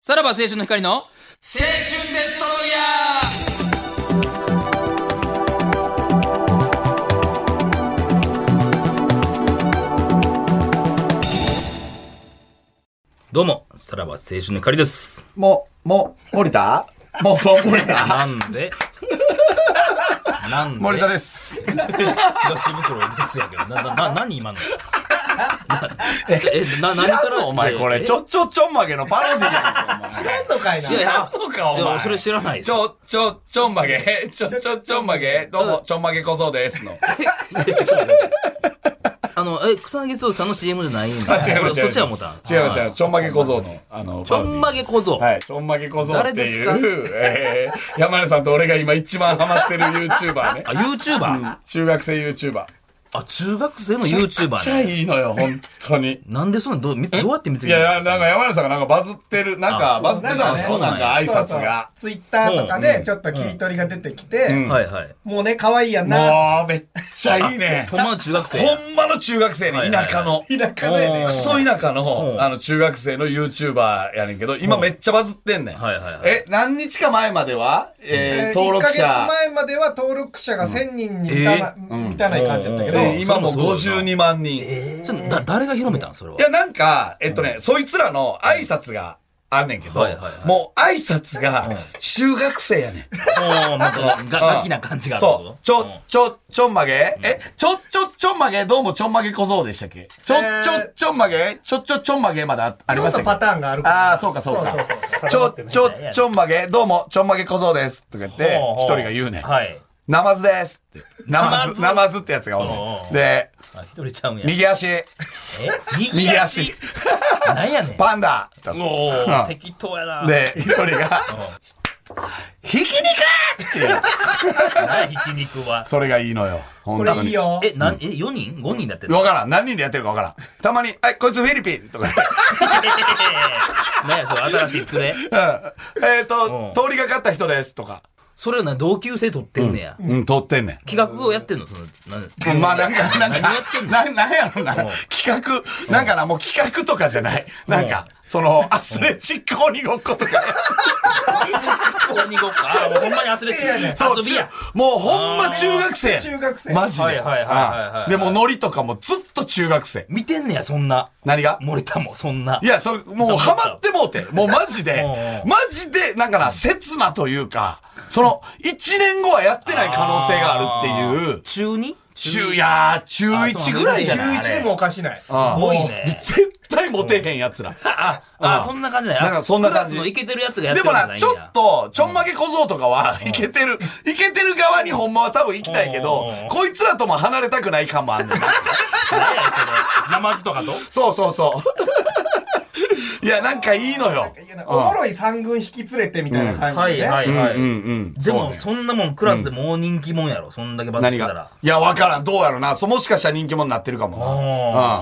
さらば青春の光の青春デストロイヤーどうも、さらば青春の光です。も、も、森田も、も、森田なんで、なんで、森田です。東袋ですやけど、な、な、な、何今の。なえ、な、何あからのお前これ、ちょょちょちょんまげのパロディなんですか、のかいな。いやいやお前。そうか、いおや、前。それ知らないでちす。いょ、ちょ、ちょんまげ、ちょ、ちょ、ちょんまげ、どうも、ちょんまげ小僧ですの。やちょっと待ってあの、え、草薙剛さんの CM じゃないんだ。違う違うそっちは思った。違う違はう、い。ちょんまげ小僧の、あの、ちょんまげ小僧。パロディはい、ちょんまげ小僧って誰いう、えー、山根さんと俺が今一番ハマってる YouTuber ねあ、。YouTuber? 中学生 YouTuber。あ、中学生の YouTuber ちゃね。いいのよ、本当に。なんでそんな、どう、みどうやって見ついけたや、なんか山根さんがなんかバズってる、なんかあバズってたんですそよ、うななんんやか挨そうそ拶うが。ツイッターとかで、ちょっと切り取りが出てきて、はいはい。もうね、可愛いやんな。もう、めっちゃいいね。ほんまの中学生。ほんまの中学生はね、いはい田舎の。田舎だよおねー。クソ田舎うの、んあの、中学生の YouTuber やねんけど、今めっちゃバズってんねん。はいはいはいえ、何日か前までは、えーえー登録1ヶ者月。前までは登録者が1000人に満たな、満たない感じだったけど、うんで今もそうそう52万人。。それだ誰が広めたんそれはいや、なんか、えっとね、そいつらの挨拶があんねんけど、はいはいはいもう挨拶が中学生やねん。もう、まあ、その、が、うんガキな感じがあるってこそう。とちょ、ちょ、ちょんまげ、え、ちょ、ちょ、ちょんまげどうもちょんまげ小僧でしたっけちょ、えーちょ、ちょんまげちょ、ちょ、ちょんまげまだありいろましんたなっけパターンがあるから。ああ、そうかそうかそうそうそう。。ちょ、ちょ、ちょんまげ、どうも、ちょんまげ小僧です。とか言ってほう、ほう一人が言うねん。はい。ナマズですって。ナマズ、ナナマズってやつがおんほうほね。うんで、あ、一人ちゃうんや。え右足、右右足足、なんやねん。パンダ。おうー、ん適当やな。で、一人が、ひき肉っていう。な、ひき肉は。それがいいのよ。本こ当れいいに。よ。え、なん、え、4人 ?5 人だってんのわからん。何人でやってるかわからん。たまに、はい、こいつフィリピンとか言って。 なんや、それ、新しい連れ。うん えっうんと、通りがかった人ですとか。それをな、同級生取ってんねや。うん、通ってんねん。企画をやってんのその、なんまあなんか、なん何やってんか、のななんやろなうん、企画、なんかな、もう企画とかじゃない。なんか、その、アスレチック鬼ごっことか。鬼ごっこ あ、もうほんまにアスレチッそク。う、遊びや。中もうほんま中学生。中学生。マジで。はいはいはいはいはいうんでもノリとかもずっと中学生。見てんねや、そんな。何が森田も、そんな。いや、それ、もうハマってもうて。もうマジでうんう、んマジで、なんかな、切なというか、その、一年後はやってない可能性があるっていう、中 2? 中、いやー、中1ぐらいじゃない中1でもおかしない。すすごい。ね。絶対モテへん奴ら。あ、あ、うんそんな感じだよ。なんかそんな感じクラスのイケてるやつがやってでるんじもゃなな、いんちょやっ。と、ちょんまげ小僧とかは、いけてる、いけてる側にほんまは多分行きたいけうんどうんうん、こいつらとも離れたくない感もあんね んな。何やその、ナマズと かとそうそ うそう。いや、なんかいいのよ。おもろい三軍引き連れてみたいな感はじいでね。はいうんはい。うんうん。でそうも、ねそんなもんクラスでもう人気もんやろ。そんだけバズっ何てたらが。いや、わからん。どうやろな。そう、もしかしたら人気者になってるかもな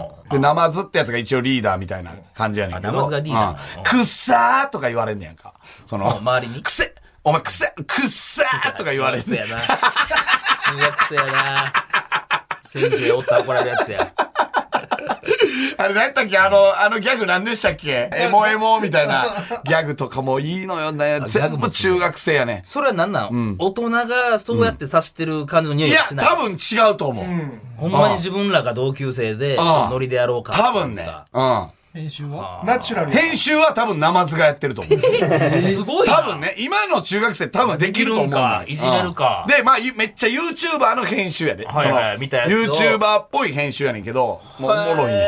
お。うん。で、ナマズってやつが一応リーダーみたいな感じやねんけど。あナマズがリーダーなのうんくっさーとか言われんねやんか。その、うん周りにくせお前くせくっさーとか 言われん中学生ねやな。中学生やな。先生おったら怒られるやつや。あれ、何やったっけあの、あのギャグ何でした っけエモエモみたいなギャグとかもいいのよね。あギャグ全も部する中学生やねん。それはなんなん、大人がそうやって刺してる感じの匂いいがや、しない。多分違うと思う。ほんまに自分らが同級生で、ちょっとノリでやろうか。多分ね。う編集はナチュラルん。や。編集は多分ナマズがやってると 思う。すごいな。多分ね、今の中学生多分できると思うのよ。できるんかいじれるかうんで、まあ、いめっちゃ YouTuber の編集やで。はいはい見たやつを YouTuber っぽい編集やねんけど、もうおもろいね。へ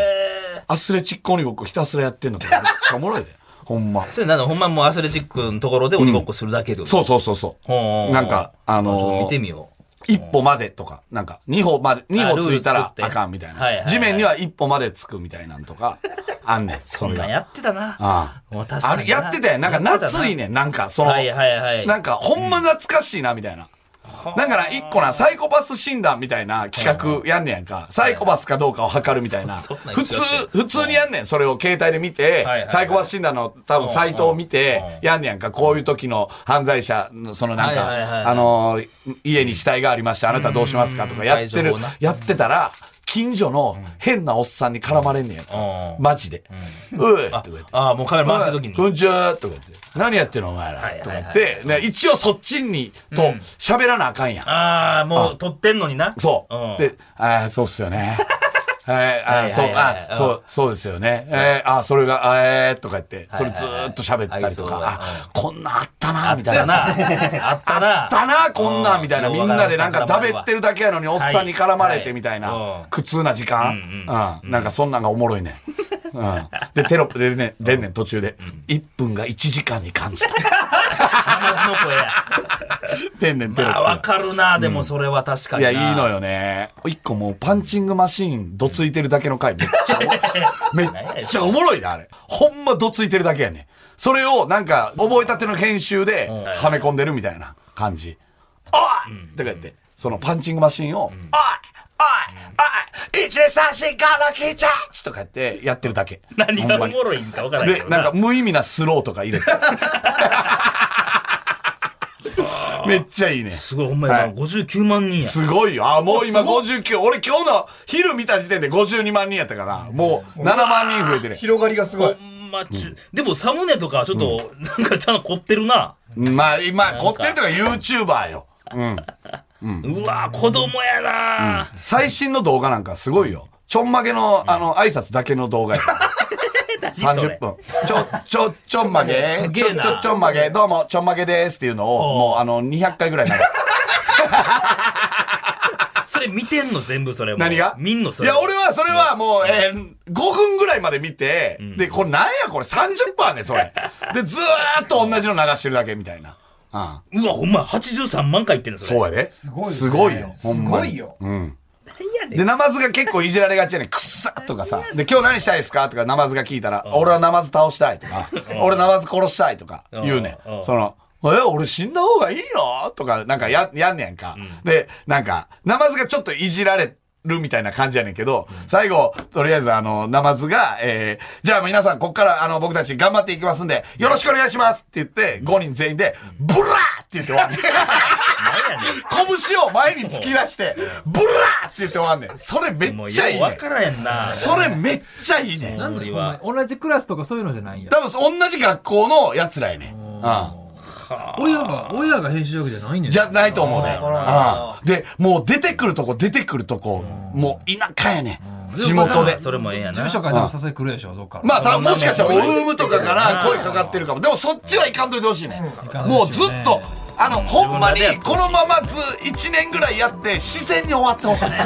ーアスレチック鬼ごっこひたすらやってんのとかめっちゃおもろいで。ほんま。それなんだ、ほんまもうアスレチックのところで鬼ごっこするだけで、そうそうそうそほうほうほう。うなんか、あちょっとの見てー、みよう。一歩までとか、なんか、二歩まで、二歩ついたルール作らっあてかんみたいはいはいはな。い地面には一歩までつくみたいなん とか、あんねん。そそんれなんが。やってたな。あもう確あかれに。やってたやん。なんか夏ね。いねん。なんか、その、はいはいはい。なんか、ほんま懐かしいな、みたいな。だから、一個な、サイコパス診断みたいな企画やんねやんか。サイコパスかどうかを測るみたいな。そそんなん普通やって、普通にやんねん。それを携帯で見てはいはい、サイコパス診断の多分サイトを見て、やんねやんか。こういう時の犯罪者の、そのなんはいはいはいか、あのー、家に死体がありました。あなたどうしますかとかやってうんるうんうん。やってたら、近所の変なおっさんに絡まれんねやとか。うんマジで。おいとか言って。ああ、もうカメラ回した時こに。んにちはとか言って。何やってんのお前ら。とか言って、ね一応そっちに、と喋らなあかんやん。ああ、もう撮ってんのにな。そう。うんで、ああ、そうっすよね。 はい、あはいはいはいーそう、はいあーそう、そうですよね。えー、あーそれが、あーえー、とか言って、それずーっと喋ってたりとか、はいはいはいあ、こんなんあったな、みたいあったな。な。あったな。だな、こんなん、みたいな。うんみんなでなんかだべってるだけやのに、おっさんに絡まれてみたいはいはいうんな。苦痛な時間。ううん。なんかそんなんがおもろいね。うん。で、テロップでね、出んねん途中で。1分が1時間に感じた。鼻の声や。出んねん、テロッまあ、プわ。かるな。でもそれは確かいにな。や、いいのよね。一個もう、パンチングマシーン、どついてるだけの回、めっちゃおもろい、めっちゃおもろいな、あれ。ほんまどついてるだけやね。それを、なんか、覚えたての編集で、はめ込んでるみたいな感じ。おいとか言って、そのパンチングマシーンを、おいおいおい一二三四五六七八とかやって、やってるだけ。何がほおんまにもろいんかわからないけで、どなんか無意味なスローと か入れて。めっちゃいいね。すごい、ほんまやはな。い59万人や。すごいよ。あ、もう今59。俺今日の昼見た時点で52万人やったから、もう7万人増えてる。広がりがすごほい。んまちゅ、でもサムネとかちょっと、なんかちゃんと凝ってるな。まあ今、凝ってるとか YouTuber よ。うわ子供やな。最新の動画なんかすごいよ。ちょんまげの、あの、挨拶だけの動画 や。30分。ちょ、ちょ、ちょんまげす。ちげえょ、なちょ、ちょんまげ。どうも、ちょんまげですっていうのを、もうあの、200回ぐらい流す。それ見てんの全部それもう。 何が見んのそいれ。や、俺はそれはもう、えー5分ぐらいまで見て、で、これなんやこれ30分あんねんそれ。で、ずーっと同じの流してるだけみたいな。うん。うわ、ほんま83万回いってんのそれ。そうやで。すすごいね。すごいよ。すほんまごにい。よ。何やねで、ん。ナマズが結構いじられがちやねん。くっさとかさ。で、今日何したいですかとかナマズが聞いたら、俺はナマズ倒したいとか、俺ナマズ殺したいとか言うねうんうんん。その、え、俺死んだ方がいいのとか、なんかや、やんねやんか。で、なんか、ナマズがちょっといじられるみたいな感じやねんけど、最後、とりあえずあの、ナマズが、えー、じゃあ皆さん、こっからあの、僕たち頑張っていきますんで、よろしくお願いしますって言って、5人全員で、ブラーって言って終わる。何やねん。拳を前に突き出して、ブラーって言って終わんねん。それめもうっちよゃいいうわね。からへんな。それめっちゃいいね。なんでは。同じクラスとかそういうのじゃないんや。多分同じ学校の奴らやねん。うん。親が、親が編集役じゃないんや。じゃないと思うね。あうん。で、もう出てくるとこ出てくるとこ、もう田舎やねん。地元で。それもええや事な。務所からでも誘い来るでしょ、どっか。まあ、多分まあまあもしかしたら、ウルムとかから声かかってるかも。でも、そっちはいかんといてほしいね。もうずっと、あの、ほんまに、このままず、1年ぐらいやって、自然に終わってほしいね。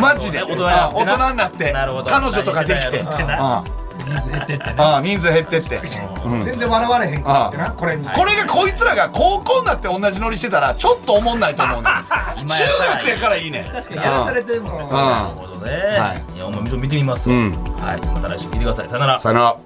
マジで。大大人人になってなになってなるほど、彼女とかできて。大う事ん。だよ人数減ってってね。ああ人数減ってって、うん全然笑われへんかってな、これに。これがこいつらが高校になって同じ乗りしてたらちょっと思んないと思うね 今やったら中学やからいいね確かやらされてるもんね。うんなるほどね。はいや、お前見てみますわ。うんはい。また来週聞いてください。さよなら。さよなら